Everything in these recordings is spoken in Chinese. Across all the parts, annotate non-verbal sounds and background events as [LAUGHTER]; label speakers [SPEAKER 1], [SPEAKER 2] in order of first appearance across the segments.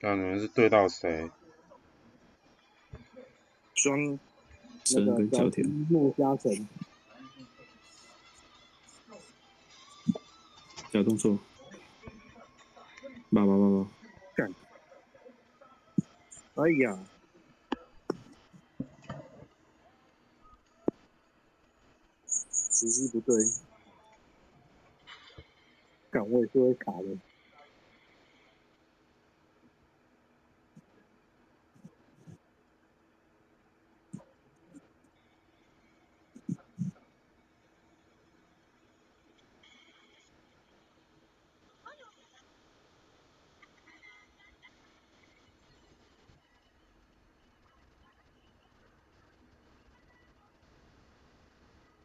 [SPEAKER 1] 那你们是对到谁？
[SPEAKER 2] 双
[SPEAKER 3] 神跟小田，
[SPEAKER 2] 木加神，
[SPEAKER 3] 小动作，爸爸爸爸，
[SPEAKER 2] 哎呀，时机不对，岗位是会卡的。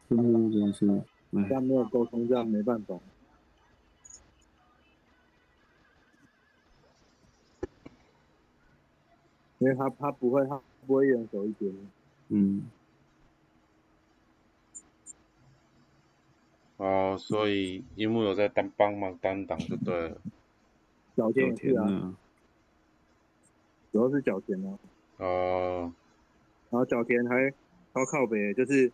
[SPEAKER 3] 这幕真的是，
[SPEAKER 2] 这
[SPEAKER 3] 哎，
[SPEAKER 2] 样没有沟通，这样没办法。因为他他不会，他不会一人守一边。
[SPEAKER 3] 嗯，
[SPEAKER 1] 哦，所以樱木有在单帮忙单挡就对了。
[SPEAKER 2] 小田
[SPEAKER 3] 小
[SPEAKER 2] 也
[SPEAKER 3] 田
[SPEAKER 2] 是啊，
[SPEAKER 3] 啊，
[SPEAKER 2] 主要是小田啊。
[SPEAKER 1] 哦，
[SPEAKER 2] 然后小田还超靠北，就是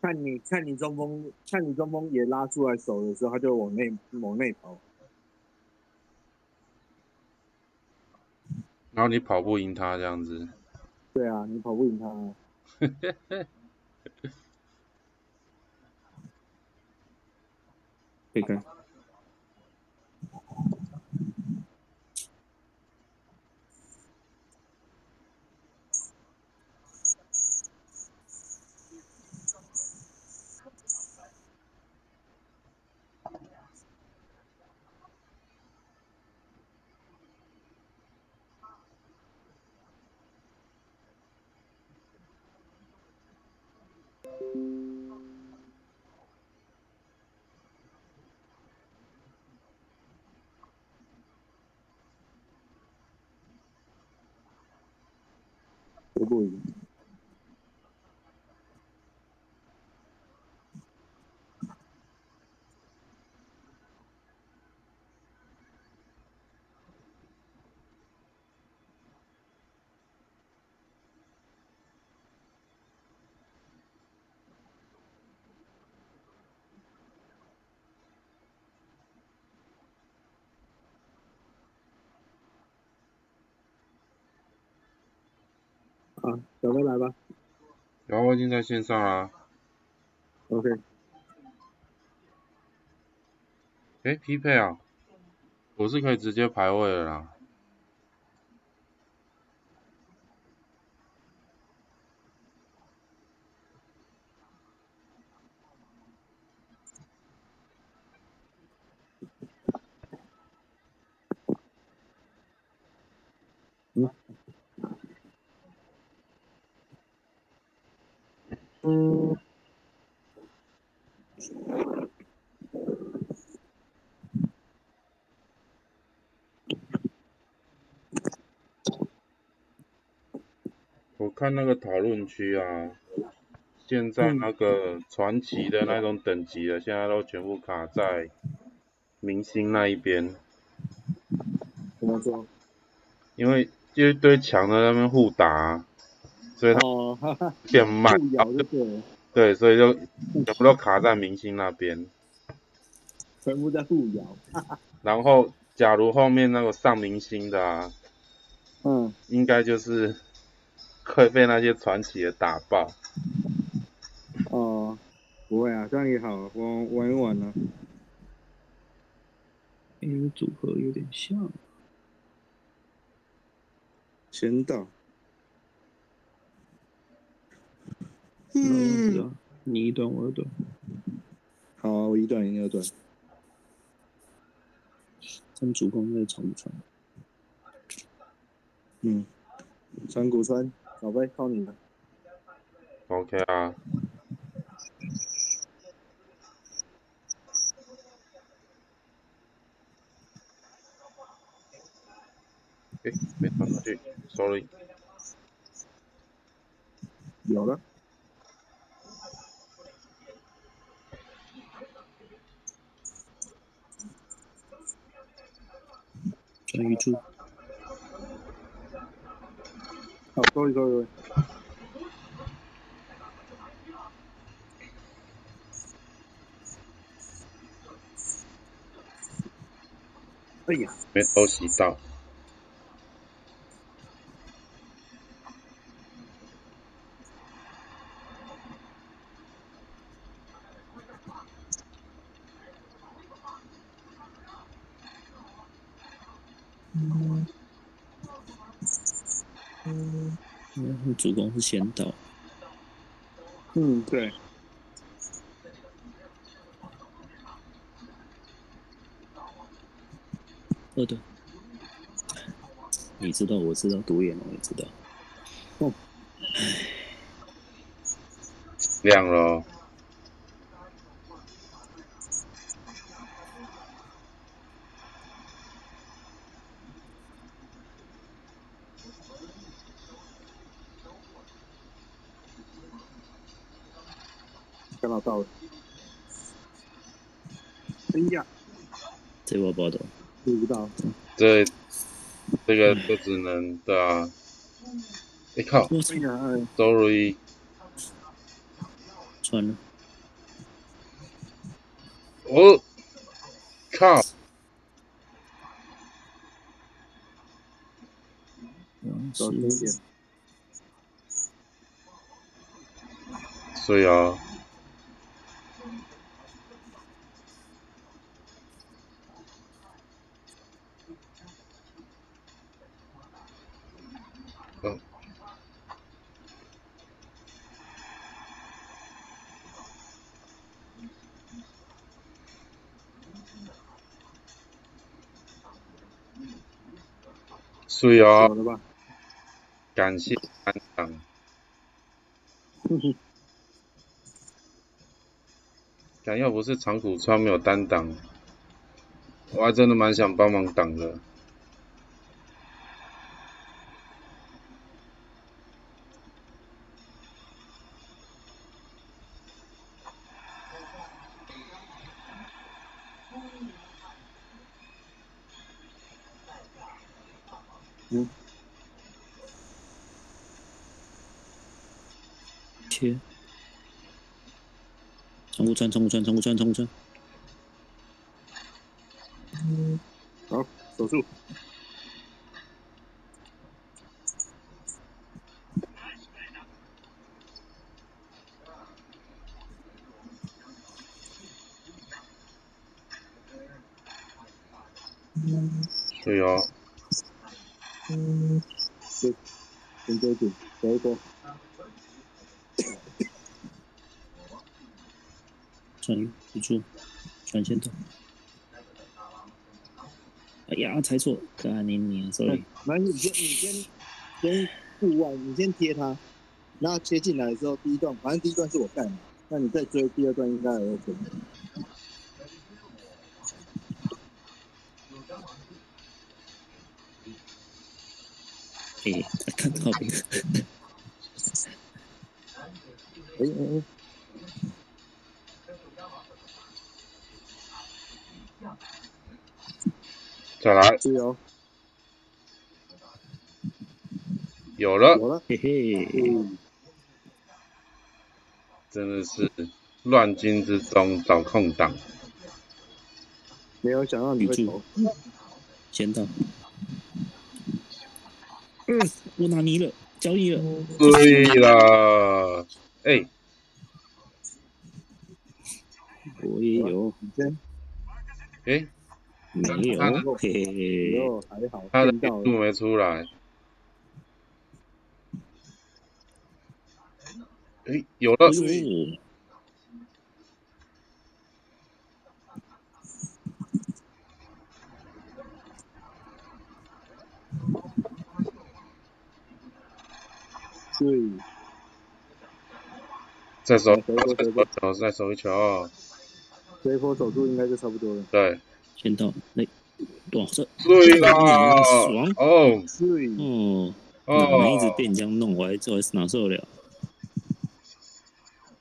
[SPEAKER 2] 看你看你中锋，看你中锋也拉出来手的时候，他就往内往内跑。
[SPEAKER 1] 然后你跑不赢他这样子。
[SPEAKER 2] 对啊，你跑不赢他啊、
[SPEAKER 3] 被盖，
[SPEAKER 2] 都不赢。啊，小哥来吧
[SPEAKER 1] 然后我已经在线上啊啦。
[SPEAKER 2] ，OK，
[SPEAKER 1] 诶，匹配啊，我是可以直接排位的啦。
[SPEAKER 2] 嗯，
[SPEAKER 1] 我看那个讨论区啊，现在那个传奇的那种等级的，现在都全部卡在明星那一边，
[SPEAKER 2] 怎么说？
[SPEAKER 1] 因为就一堆强的在那边互打啊，所以他
[SPEAKER 2] 哦，哈哈，
[SPEAKER 1] 变慢，
[SPEAKER 2] 不咬就对了，
[SPEAKER 1] 对，所以就全部都卡在明星那边。
[SPEAKER 2] 全部在互咬。
[SPEAKER 1] 然后，假如后面那个上明星的啊，
[SPEAKER 2] 嗯，
[SPEAKER 1] 应该就是会被那些传奇的打爆。
[SPEAKER 2] 哦，不会啊，这样也好，我玩一玩啊呢、
[SPEAKER 3] 因为组合有点像，
[SPEAKER 2] 先到。
[SPEAKER 3] 那我知道，你一段我一段，
[SPEAKER 2] 好、啊，我一段赢二段。
[SPEAKER 3] 看主攻在长不长，
[SPEAKER 2] 嗯，山谷川，老贝靠你了。
[SPEAKER 1] OK 啊，诶，没传出去，sorry。
[SPEAKER 2] 有了，
[SPEAKER 3] 转移柱，
[SPEAKER 2] 好，各位各位，哎呀，
[SPEAKER 1] 没偷袭到。
[SPEAKER 3] 嗯，他们主攻是先到，
[SPEAKER 2] 嗯，对，
[SPEAKER 3] 二的。你知道，我知道，独眼龙也知道。
[SPEAKER 1] 亮了哦，
[SPEAKER 2] 刚好到了。哎呀，
[SPEAKER 3] 这波报道，
[SPEAKER 2] 不知道，
[SPEAKER 1] 这这个就只能对啊。哎、靠
[SPEAKER 3] 我操
[SPEAKER 2] 哎，呀，哎
[SPEAKER 1] ，sorry，
[SPEAKER 3] 穿了，
[SPEAKER 1] 哦，靠，
[SPEAKER 3] 嗯，
[SPEAKER 2] 小心一点
[SPEAKER 3] 是，
[SPEAKER 1] 所以啊，嗯所以啊
[SPEAKER 2] 好，了吧？
[SPEAKER 1] 感谢班长。敢要不是长谷川没有单挡，我还真的蛮想帮忙挡的。
[SPEAKER 3] 切。冲过穿，冲过穿，冲过穿，冲过穿，
[SPEAKER 2] 好，手术，
[SPEAKER 1] 所以哦，
[SPEAKER 2] 准备点，走一波，
[SPEAKER 3] 穿不住，穿先到。哎呀，猜错，干你你，sorry，
[SPEAKER 2] 来，你先，你先，先户外，你先贴他，然后切进来的时候，第一段，反正第一段是我干的，那你再追第二段应该还 OK。
[SPEAKER 3] 哎，看到没？
[SPEAKER 2] 哎哎哎，
[SPEAKER 1] 再来，
[SPEAKER 2] 注意哦，
[SPEAKER 1] 有了，
[SPEAKER 2] 有了，
[SPEAKER 3] 嘿嘿，
[SPEAKER 2] 嗯，
[SPEAKER 1] 真的是乱军之中找空档。
[SPEAKER 2] 没有想到你会
[SPEAKER 3] 记住
[SPEAKER 2] 投，
[SPEAKER 3] [LAUGHS] 先到。嗯，我拿泥了，交易了。
[SPEAKER 1] 对啦，哎、
[SPEAKER 3] 我也有，
[SPEAKER 2] 你先，
[SPEAKER 1] 哎、
[SPEAKER 3] 没
[SPEAKER 2] 啊
[SPEAKER 3] 有，嘿嘿嘿。
[SPEAKER 2] 哟，还好，
[SPEAKER 1] 他的嗯力
[SPEAKER 2] 看到
[SPEAKER 1] 度
[SPEAKER 2] 了，
[SPEAKER 1] 没出来。哎、有了，
[SPEAKER 3] 哎
[SPEAKER 2] 对，
[SPEAKER 1] 再收，
[SPEAKER 2] 回过
[SPEAKER 1] 再
[SPEAKER 2] 回
[SPEAKER 1] 收
[SPEAKER 2] 过
[SPEAKER 1] 球，再收一球，
[SPEAKER 2] 这一波手术应该就差不多了，
[SPEAKER 1] 对，
[SPEAKER 3] 先到，哎，哇，这
[SPEAKER 1] 对啦
[SPEAKER 2] 啊
[SPEAKER 3] 嗯，爽
[SPEAKER 1] 哦
[SPEAKER 2] 对，
[SPEAKER 3] 哦，哪能一直
[SPEAKER 1] 哦，
[SPEAKER 3] 被你这样弄，我还这还是哪受得了？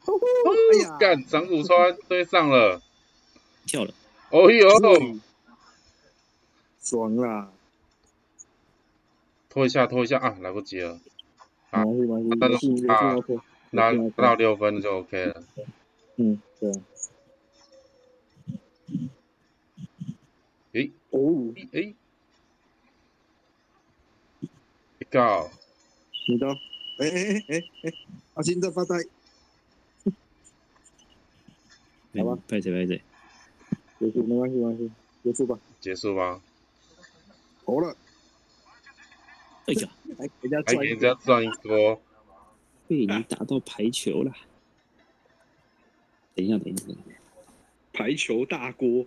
[SPEAKER 2] 哎呀，
[SPEAKER 1] 干长谷川追上了，
[SPEAKER 3] 跳了，
[SPEAKER 1] 哦哟，
[SPEAKER 2] 对爽啦，
[SPEAKER 1] 拖一下，拖一下啊，来不及了，啊
[SPEAKER 2] 没关系，没
[SPEAKER 1] 但
[SPEAKER 2] 关
[SPEAKER 1] 是
[SPEAKER 2] 系，没事，没事
[SPEAKER 1] 啊
[SPEAKER 2] ，OK，
[SPEAKER 1] 拿
[SPEAKER 2] 没事
[SPEAKER 1] 到六分就 OK 了。
[SPEAKER 2] 嗯，对啊，
[SPEAKER 1] 诶
[SPEAKER 2] 哦，
[SPEAKER 1] 诶诶，一告
[SPEAKER 2] 你的，哎哎哎哎哎，阿星在发呆，好吧
[SPEAKER 3] 嗯，拍谁拍谁，
[SPEAKER 2] 结束，没关系，没关系，结束吧，
[SPEAKER 1] 结束吧，
[SPEAKER 2] 好了，
[SPEAKER 3] 哎呀，
[SPEAKER 2] 来给人家
[SPEAKER 1] 还
[SPEAKER 2] 转
[SPEAKER 1] 给
[SPEAKER 2] 一
[SPEAKER 1] 人
[SPEAKER 2] 个
[SPEAKER 1] 家，赚一波，
[SPEAKER 3] 被你打到排球了。等一下，等一下，等一下，
[SPEAKER 2] 排球大锅，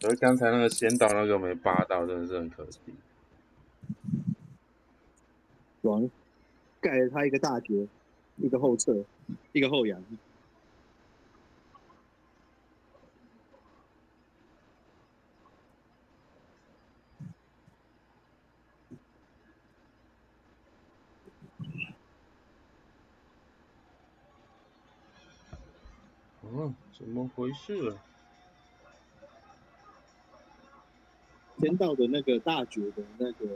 [SPEAKER 1] 可是刚才那个先导那个没扒到，真的是很可惜。
[SPEAKER 2] 王盖了他一个大绝，一个后撤，一个后仰，
[SPEAKER 1] 哦，怎么回事啊？
[SPEAKER 2] 天道的那个大绝的那个，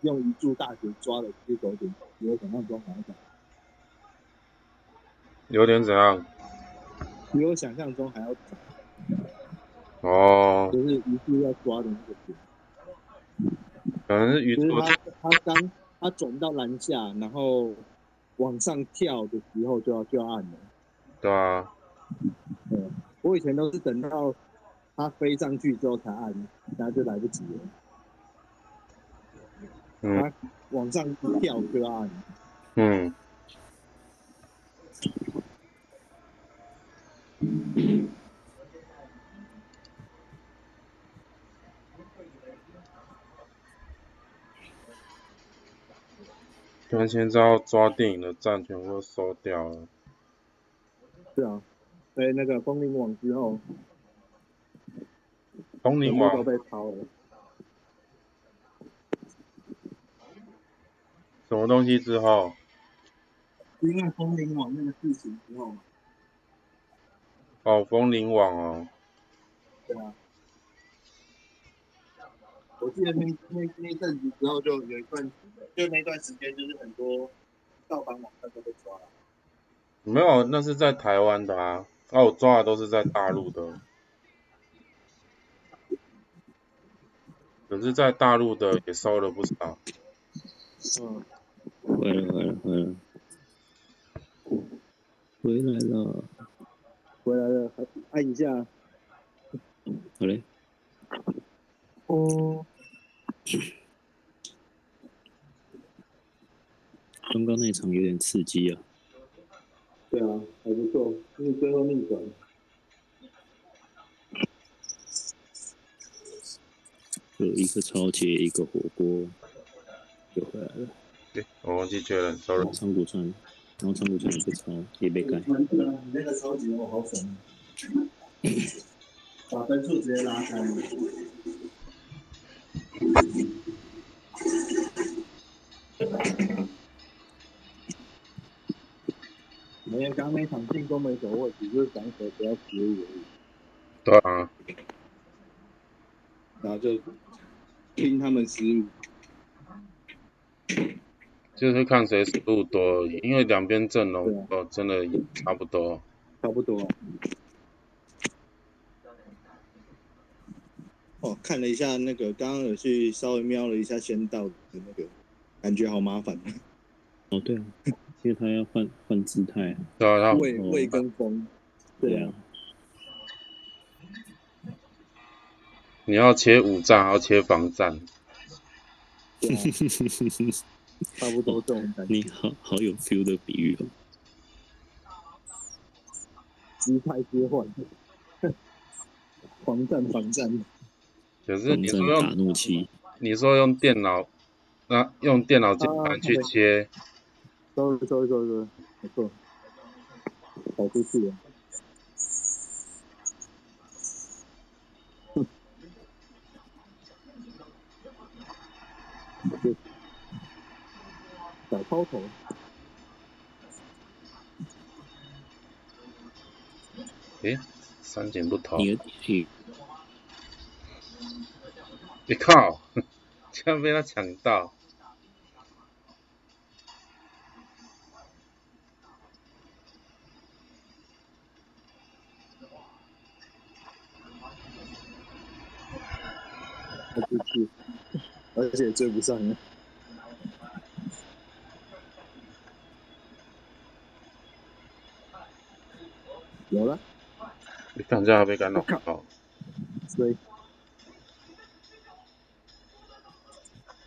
[SPEAKER 2] 用一柱大绝抓了这手点，有想象中好一点，
[SPEAKER 1] 有点怎样？
[SPEAKER 2] 比我想象中还要长，
[SPEAKER 1] 哦，
[SPEAKER 2] 就是一柱要抓的那个点。
[SPEAKER 1] 可能是鱼
[SPEAKER 2] 就是
[SPEAKER 1] 肚
[SPEAKER 3] 啊
[SPEAKER 2] 他他当他转到篮下，然后往上跳的时候就要就要按了。
[SPEAKER 1] 对啊，
[SPEAKER 2] 我以前都是等到他飞上去之后才按，然后就来不及了。
[SPEAKER 1] 嗯
[SPEAKER 2] 往上跳就要按，
[SPEAKER 1] 嗯，突然间知道抓电影的站全部都收掉了，
[SPEAKER 2] 是啊。所以那个风铃网之后，
[SPEAKER 1] 东
[SPEAKER 2] 全
[SPEAKER 1] 林
[SPEAKER 2] 部都
[SPEAKER 1] 网
[SPEAKER 2] 被抛了。
[SPEAKER 1] 什么东西之后，
[SPEAKER 2] 因为风铃网那个事情之后嘛，
[SPEAKER 1] 哦，风铃网哦，
[SPEAKER 2] 对啊。我记得那那那一阵子之后，就有一段，就那段时间，就是很多盗版网站都被抓了。
[SPEAKER 1] 没有，那是在台湾的啊，那、我抓的都是在大陆的，可是，在大陆的也收了不少。
[SPEAKER 2] 嗯，
[SPEAKER 3] 回来了，回来了，回
[SPEAKER 2] 回来
[SPEAKER 3] 来了，回来了，
[SPEAKER 2] 了，按一下。
[SPEAKER 3] 好嘞，
[SPEAKER 2] 哦，
[SPEAKER 3] 刚刚那场有点刺激啊，
[SPEAKER 2] 对啊，还不错，就是最后逆转。
[SPEAKER 3] 有一个超接，一个火锅，又回来了。
[SPEAKER 1] 对，我忘记确认，sorry
[SPEAKER 3] 然后。长谷川，然后长谷川也被抄，也被盖。
[SPEAKER 2] 对啊，你那个超级我好爽，把分数直接拉开。没有，刚刚那场进攻没什么问题，就是防守不要失误而已。
[SPEAKER 1] 对啊，
[SPEAKER 2] 然后就听他们失误。
[SPEAKER 1] 就是看谁失误多而已，因为两边阵
[SPEAKER 2] 对
[SPEAKER 1] 容
[SPEAKER 2] 啊
[SPEAKER 1] 哦真的也差不多。
[SPEAKER 2] 差不多。哦，看了一下那个，刚刚有去稍微瞄了一下仙道的那个，感觉好麻烦，
[SPEAKER 3] 哦，对啊，因为他要换换姿态啊。
[SPEAKER 1] 对啊，他
[SPEAKER 2] 未未跟风。对
[SPEAKER 3] 啊
[SPEAKER 2] 啊，，
[SPEAKER 1] 你要切五战，还要切防战，
[SPEAKER 3] 嗯
[SPEAKER 2] 对啊，差不多这种感觉
[SPEAKER 3] 你，好好有 feel 的比喻哦。
[SPEAKER 2] 姿态切换， [LAUGHS] 防战防战，
[SPEAKER 1] 可是
[SPEAKER 3] 防
[SPEAKER 1] 你
[SPEAKER 3] 战
[SPEAKER 1] 说
[SPEAKER 3] 打
[SPEAKER 1] 用
[SPEAKER 3] 怒气，
[SPEAKER 1] 你说用电脑，那、用电脑键盘去切，
[SPEAKER 2] 收了收了收了收了，没错，跑出去了。哼小抛投，
[SPEAKER 1] 诶、三井不投，
[SPEAKER 3] 你的你
[SPEAKER 1] [LAUGHS] 你靠，竟然被他抢到，
[SPEAKER 2] 他出去，而且追不上了。有了，
[SPEAKER 1] 你看这样被干扰
[SPEAKER 2] 我
[SPEAKER 1] 到，
[SPEAKER 2] 所以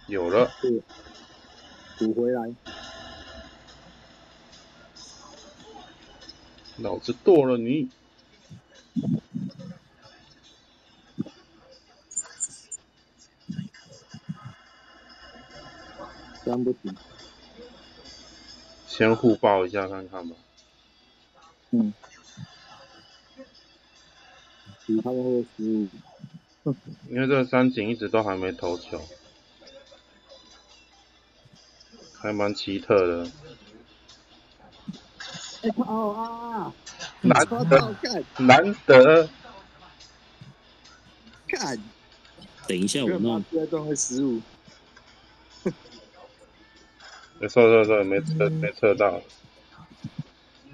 [SPEAKER 1] 有了，
[SPEAKER 2] 补回来，
[SPEAKER 1] 老子剁了你！
[SPEAKER 2] 三不停。
[SPEAKER 1] 先互爆一下看看吧。
[SPEAKER 2] 嗯，比他们会失误。
[SPEAKER 1] 因为这个三井一直都还没投球，还蛮奇特的。
[SPEAKER 2] 哎、靠啊！
[SPEAKER 1] 难
[SPEAKER 2] 抓
[SPEAKER 1] 得
[SPEAKER 2] 到干
[SPEAKER 1] 难得，
[SPEAKER 2] 干，
[SPEAKER 3] 等一下我
[SPEAKER 2] 干嘛
[SPEAKER 3] 弄，
[SPEAKER 2] 第二段会失误？
[SPEAKER 1] 欸错错错，没测没测到，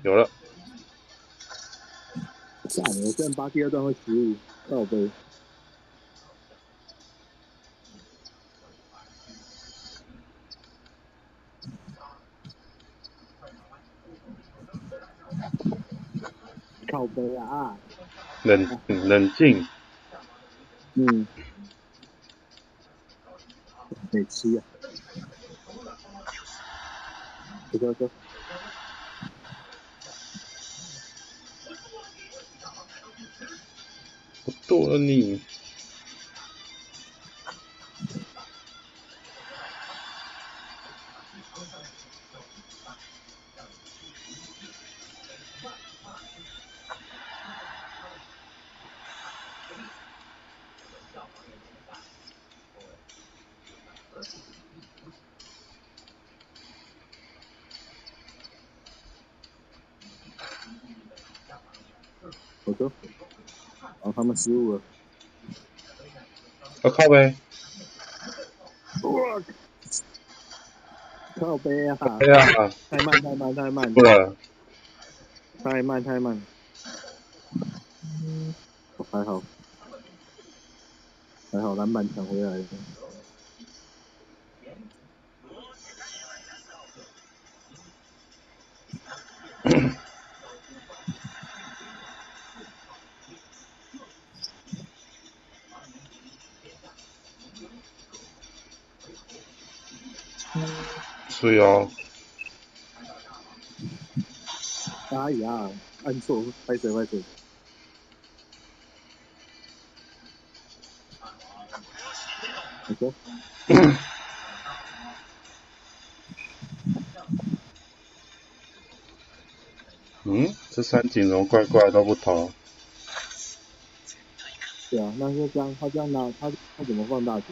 [SPEAKER 1] 有了，
[SPEAKER 2] 干，我正八第二段会失误，靠背。靠背啊啊！
[SPEAKER 1] 冷冷静，
[SPEAKER 2] 嗯，得吃啊！走走走，
[SPEAKER 1] 我剁了你！
[SPEAKER 2] 我说，哦，他们失误了。
[SPEAKER 1] 我、啊靠呗，
[SPEAKER 2] 哇靠背啊！
[SPEAKER 1] 哎呀，
[SPEAKER 2] 太慢太慢太慢
[SPEAKER 1] 过了，
[SPEAKER 2] 太慢太慢，哦还好还好篮板抢回来了。
[SPEAKER 1] 所以哦，
[SPEAKER 2] 哎呀，按错，拍手拍手。你说，
[SPEAKER 1] 嗯，这三井龙怪怪都不投，
[SPEAKER 2] 对啊，那就这样，他这样拿，他他怎么放大局？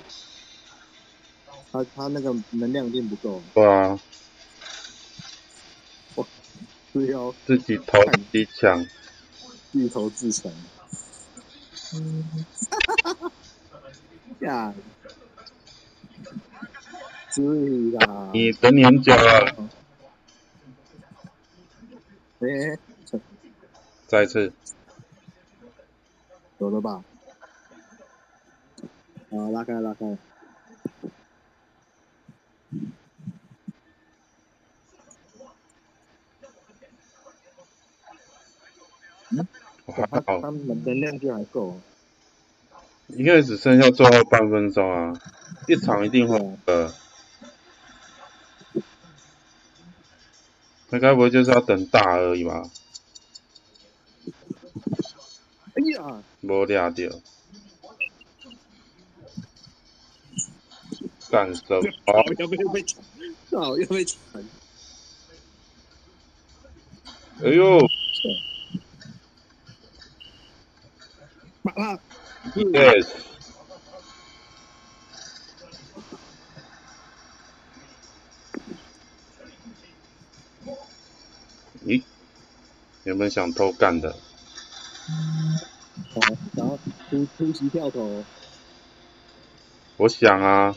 [SPEAKER 2] 他他那个能量一定不够，
[SPEAKER 1] 对啊，
[SPEAKER 2] 是要
[SPEAKER 1] 自己投自己抢，
[SPEAKER 2] 自投自强。嗯呀，对啦，
[SPEAKER 1] 你等你很久了，
[SPEAKER 2] 哎、欸，
[SPEAKER 1] 再一次，
[SPEAKER 2] 有了吧？好，拉开拉开。
[SPEAKER 1] 还
[SPEAKER 2] 他
[SPEAKER 1] 好，
[SPEAKER 2] 他们能量就还够。
[SPEAKER 1] 因为只剩下最后半分钟啊，一场一定会有的。那该不会就是要等大而已吧？
[SPEAKER 2] 哎呀，
[SPEAKER 1] 无抓着，干什么？
[SPEAKER 2] 好要被被抢，好要被抢。
[SPEAKER 1] 哎呦，
[SPEAKER 2] 把他，
[SPEAKER 1] 对，咦，原本想偷干的，
[SPEAKER 2] 好，然后突突袭跳投，
[SPEAKER 1] 我想啊，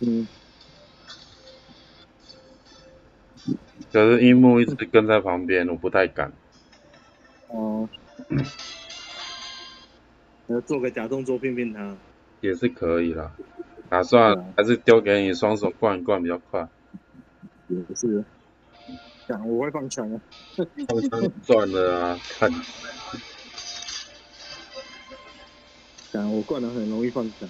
[SPEAKER 2] 嗯，
[SPEAKER 1] 可是樱木一直跟在旁边，我不太敢。
[SPEAKER 2] 哦，呃，做个假动作骗骗他。
[SPEAKER 1] 也是可以啦。打算
[SPEAKER 2] 对啊
[SPEAKER 1] 还是丢给你双手灌一灌比较快，
[SPEAKER 2] 也是。讲我会放枪啊，
[SPEAKER 1] 放枪赚了啊！看，
[SPEAKER 2] 讲啊我灌篮很容易放枪。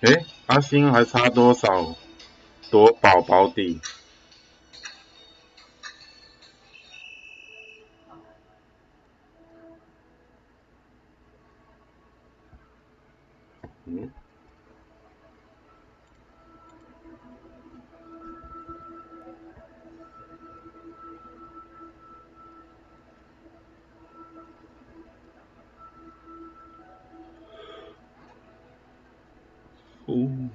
[SPEAKER 1] 诶，阿星还差多少夺宝保底？嗯，哦。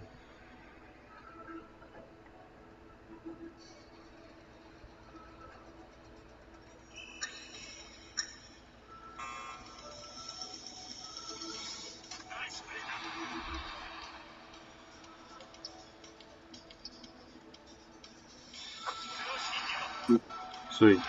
[SPEAKER 1] 所以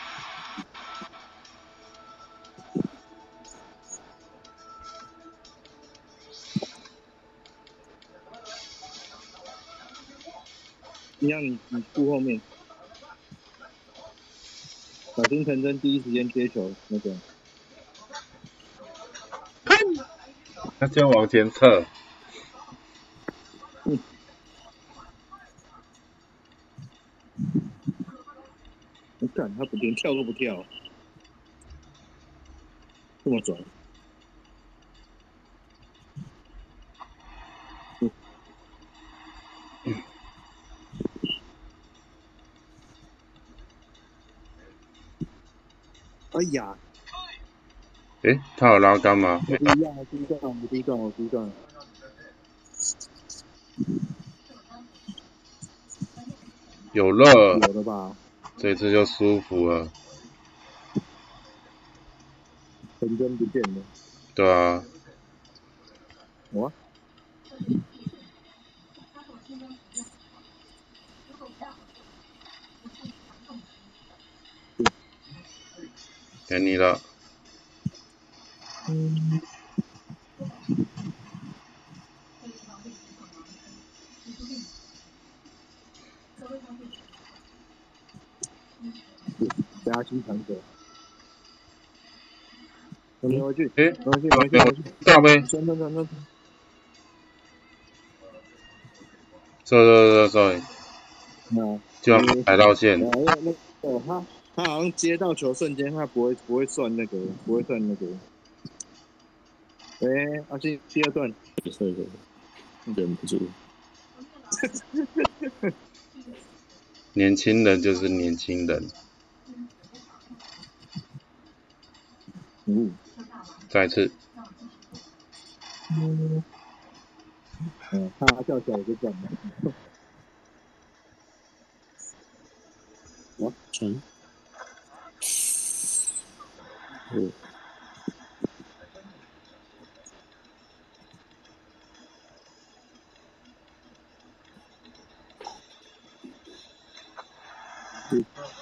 [SPEAKER 2] 一样你你顾后面，小心藤真第一时间接球那个，
[SPEAKER 1] 那就往前撤。
[SPEAKER 2] 我看他不连跳都不跳，这么准。哎呀，
[SPEAKER 1] 诶，他有拉杆吗？
[SPEAKER 2] 我一样，我第一段，我第一段，我第一段。
[SPEAKER 1] 有了，
[SPEAKER 2] 有的吧？
[SPEAKER 1] 这次就舒服了。
[SPEAKER 2] 成真不见了。
[SPEAKER 1] 对啊，
[SPEAKER 2] 我
[SPEAKER 1] 给你了。
[SPEAKER 2] 加薪长者。我们回去，
[SPEAKER 1] 诶，
[SPEAKER 2] 没关系，没关系，没关系。
[SPEAKER 1] 大杯，
[SPEAKER 2] 转转转转，
[SPEAKER 1] 走走走走，
[SPEAKER 2] 啊，
[SPEAKER 1] 就要踩到线。
[SPEAKER 2] 然后那个他他好像接到球瞬间，他不会不会算那个，不会算那个。哎、阿信第二段，
[SPEAKER 3] 没事没事，忍不住。
[SPEAKER 1] 年轻人就是年轻人，
[SPEAKER 2] 嗯，
[SPEAKER 1] 再次
[SPEAKER 2] 嗯，他跳起来就转了，
[SPEAKER 3] 传。嗯，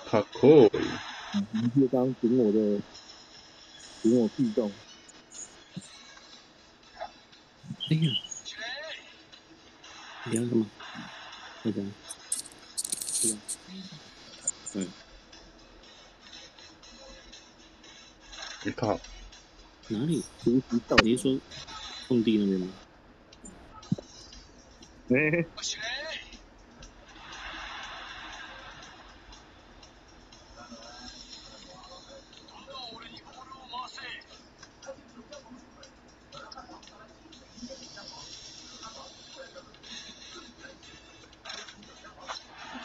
[SPEAKER 1] 他酷。
[SPEAKER 2] 嗯就当顶我的，顶我屁洞，
[SPEAKER 3] 哎呀，你要干嘛？那个，啊
[SPEAKER 1] 你靠，
[SPEAKER 3] 哪里？
[SPEAKER 2] 平时到
[SPEAKER 3] 你是说空地那边吗？
[SPEAKER 2] 哎、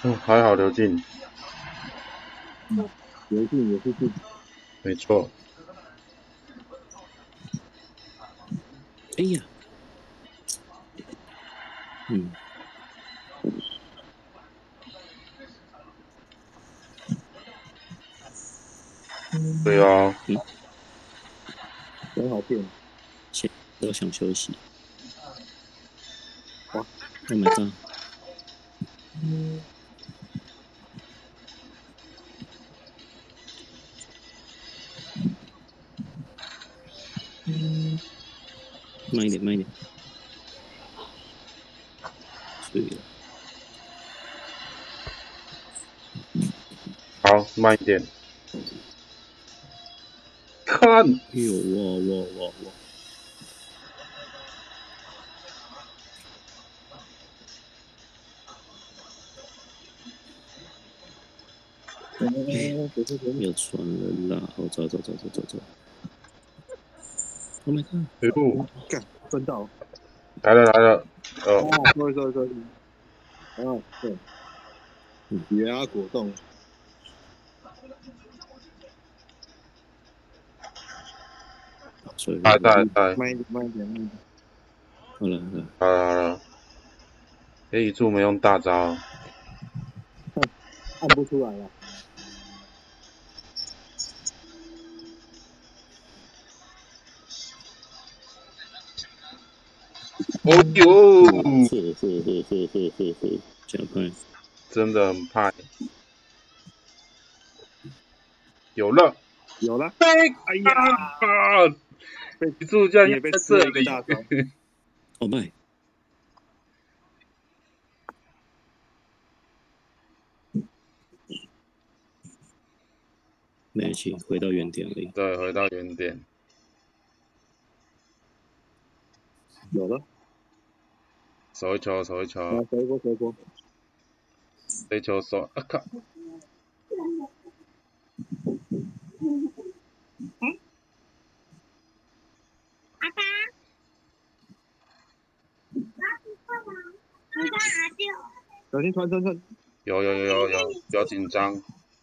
[SPEAKER 1] 嗯，还好刘进，
[SPEAKER 2] 刘进也是自己
[SPEAKER 1] 没错，
[SPEAKER 3] 哎呀，嗯，
[SPEAKER 1] 对啊，
[SPEAKER 2] 很好骗。
[SPEAKER 3] 都想休息。
[SPEAKER 2] 哇
[SPEAKER 3] ，Oh my god！慢一点，慢一点。对了，
[SPEAKER 1] 好，慢一点，看，
[SPEAKER 3] 哎呦，哇哇哇哇！
[SPEAKER 2] 哎可是可是
[SPEAKER 3] 有船了啦！哦，走走走走走走。Oh my god！
[SPEAKER 1] 哎呦，
[SPEAKER 2] 分到了
[SPEAKER 1] 来了来了，
[SPEAKER 2] 哦
[SPEAKER 1] 呃，
[SPEAKER 2] ，sorry sorry sorry，哦，对，
[SPEAKER 3] 嗯
[SPEAKER 2] 野鸭果冻，
[SPEAKER 3] 所以
[SPEAKER 1] 来来来，
[SPEAKER 2] 慢一点慢一点慢一点，
[SPEAKER 3] 好
[SPEAKER 1] 好
[SPEAKER 3] 了好了，
[SPEAKER 1] 了好了，这一注没用大招，
[SPEAKER 2] 按不出来了。
[SPEAKER 1] 哦呦，
[SPEAKER 3] 嚯嚯嚯嚯嚯嚯嚯，加快！
[SPEAKER 1] 真的很派，有了，
[SPEAKER 2] 有了，哎呀，
[SPEAKER 1] 啊，一注竟然
[SPEAKER 2] 你也
[SPEAKER 1] 压
[SPEAKER 2] 被
[SPEAKER 1] 在
[SPEAKER 2] 吃
[SPEAKER 1] 这
[SPEAKER 2] 了一个
[SPEAKER 1] 里，
[SPEAKER 2] 大招。
[SPEAKER 3] 哦拜，没关系，回到原点而已。
[SPEAKER 1] 对，回到原点，
[SPEAKER 2] 有了，
[SPEAKER 1] 手一球手一
[SPEAKER 2] 来
[SPEAKER 1] 球，
[SPEAKER 2] 回锅回锅，
[SPEAKER 1] 这一球手，啊靠，
[SPEAKER 2] 小心传传传，
[SPEAKER 1] 有有有有有，不要紧张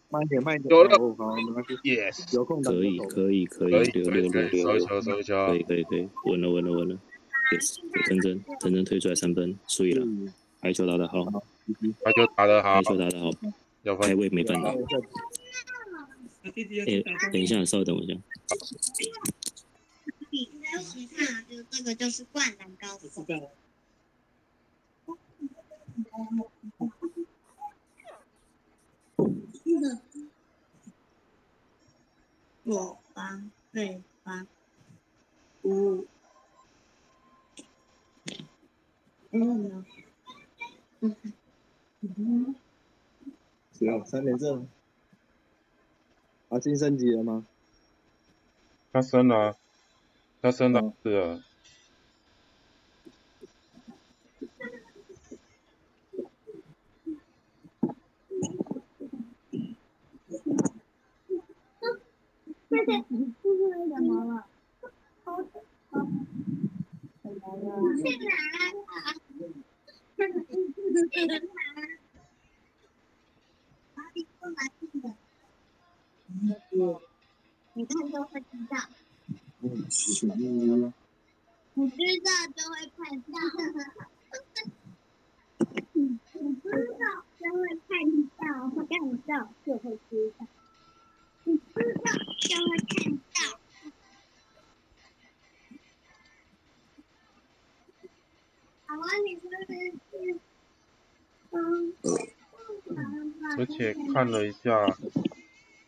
[SPEAKER 2] 慢一点慢一点。
[SPEAKER 1] 有了
[SPEAKER 2] 哦，好，没关系，
[SPEAKER 1] ，yes。
[SPEAKER 2] 有空打
[SPEAKER 3] 可以
[SPEAKER 2] 就走
[SPEAKER 3] 可以可以，
[SPEAKER 1] 可以可
[SPEAKER 3] 六六
[SPEAKER 1] 以可
[SPEAKER 3] 六
[SPEAKER 1] 以，
[SPEAKER 3] 六
[SPEAKER 1] 手一
[SPEAKER 3] 六，
[SPEAKER 1] 球手一球，
[SPEAKER 3] 可以可以可以，稳了稳了稳了，yes，给真真真真推出来三分，所以了，
[SPEAKER 2] 嗯
[SPEAKER 3] 排球打得好，
[SPEAKER 1] 他就打得好
[SPEAKER 3] 排，球打得好，
[SPEAKER 1] 要
[SPEAKER 3] 排
[SPEAKER 1] 分
[SPEAKER 3] 位没办法。哎、等一下，稍微等我一下。
[SPEAKER 4] 比休息看，就这个就是灌篮高手。我方对方五嗯嗯
[SPEAKER 2] 只要三连胜。阿金啊升级了吗？
[SPEAKER 1] 他升了啊，他升了是的，
[SPEAKER 4] 怎么了？怎么了？去哪了？你看都会知道，你知道就会看到，你知道就会看到，看到就会知道，你知道就会看到。好啊，你说的是，嗯，啊
[SPEAKER 1] 而且看了一下，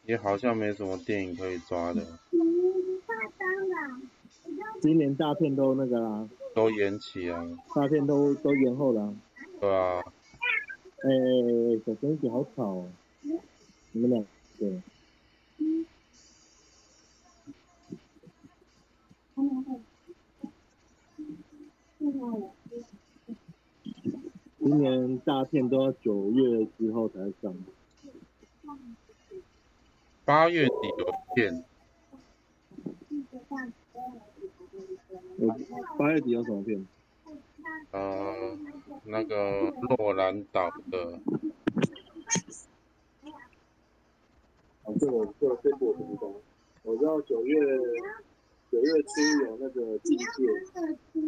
[SPEAKER 1] 也好像没什么电影可以抓的，
[SPEAKER 4] 嗯，那当然，
[SPEAKER 2] 今年大片都那个啦，
[SPEAKER 1] 都延期啊，
[SPEAKER 2] 大片都都延后了啊。
[SPEAKER 1] 对啊，
[SPEAKER 2] 哎哎哎，小声一点，好吵哦！你们俩，对，今年大片都要九月之后才上。
[SPEAKER 1] 八月底有片，
[SPEAKER 2] 我呃八月底有什么片？
[SPEAKER 1] 呃，那个诺兰岛的
[SPEAKER 3] 啊
[SPEAKER 2] 这我这这我不知道。我知道九月九月初有那个第一届，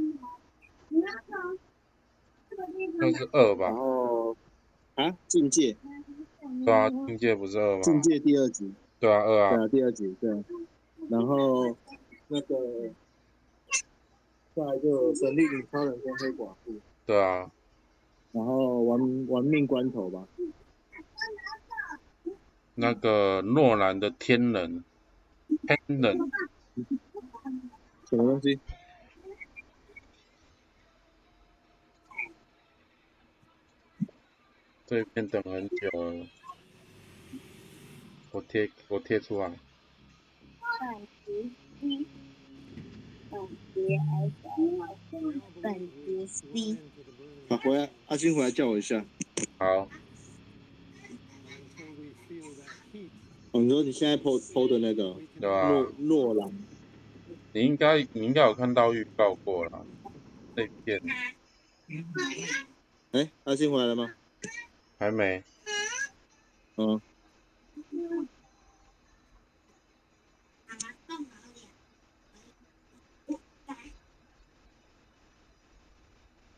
[SPEAKER 4] 你要从这个地方
[SPEAKER 1] 那是二
[SPEAKER 2] 然
[SPEAKER 1] 吧？
[SPEAKER 2] 后
[SPEAKER 3] 啊，境界，
[SPEAKER 1] 对啊，境界不是二吗？
[SPEAKER 3] 境界第二集，
[SPEAKER 1] 对啊，二
[SPEAKER 3] 对
[SPEAKER 1] 啊，
[SPEAKER 3] 啊，第二集，对啊。然后
[SPEAKER 2] 那个再来就神力女超人跟黑寡妇，
[SPEAKER 1] 对啊，
[SPEAKER 3] 然后玩玩命关头吧，
[SPEAKER 1] 那个诺兰的天人，天人
[SPEAKER 3] 什么东西？
[SPEAKER 1] 这一片等很久了，我贴我贴出来，
[SPEAKER 4] 本集一，本集 S，本集 C。
[SPEAKER 3] 啊，回来，阿军回来叫我一下。
[SPEAKER 1] 好，
[SPEAKER 3] 哦，你说你现在 PO PO 的那个
[SPEAKER 1] 对吧、
[SPEAKER 3] 诺诺兰，
[SPEAKER 1] 你应该你应该有看到预告过啦，这一片
[SPEAKER 3] 哎、阿信回来了吗？
[SPEAKER 1] 还没，
[SPEAKER 3] 嗯，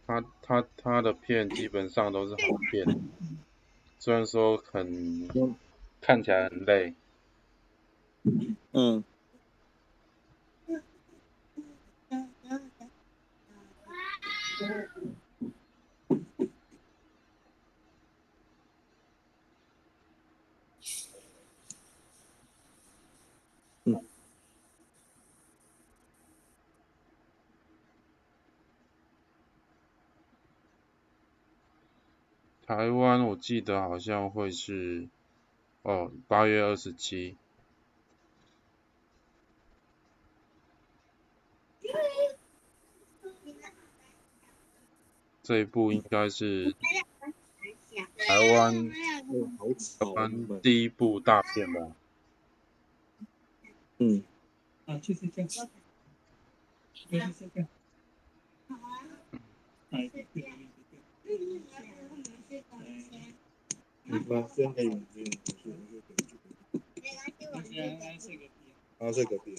[SPEAKER 1] 他他他的片基本上都是好片，虽然说很看起来很累，
[SPEAKER 3] 嗯，
[SPEAKER 1] 台湾我记得好像会是哦八月二十七，这一部应该是台湾
[SPEAKER 3] 好
[SPEAKER 1] 台
[SPEAKER 3] 吵
[SPEAKER 1] 湾第一部大片吧。
[SPEAKER 3] 嗯，
[SPEAKER 5] 啊，去睡觉，去睡觉。哎，对
[SPEAKER 2] 你把睁开眼睛，
[SPEAKER 5] 对对，
[SPEAKER 2] 然后在隔壁。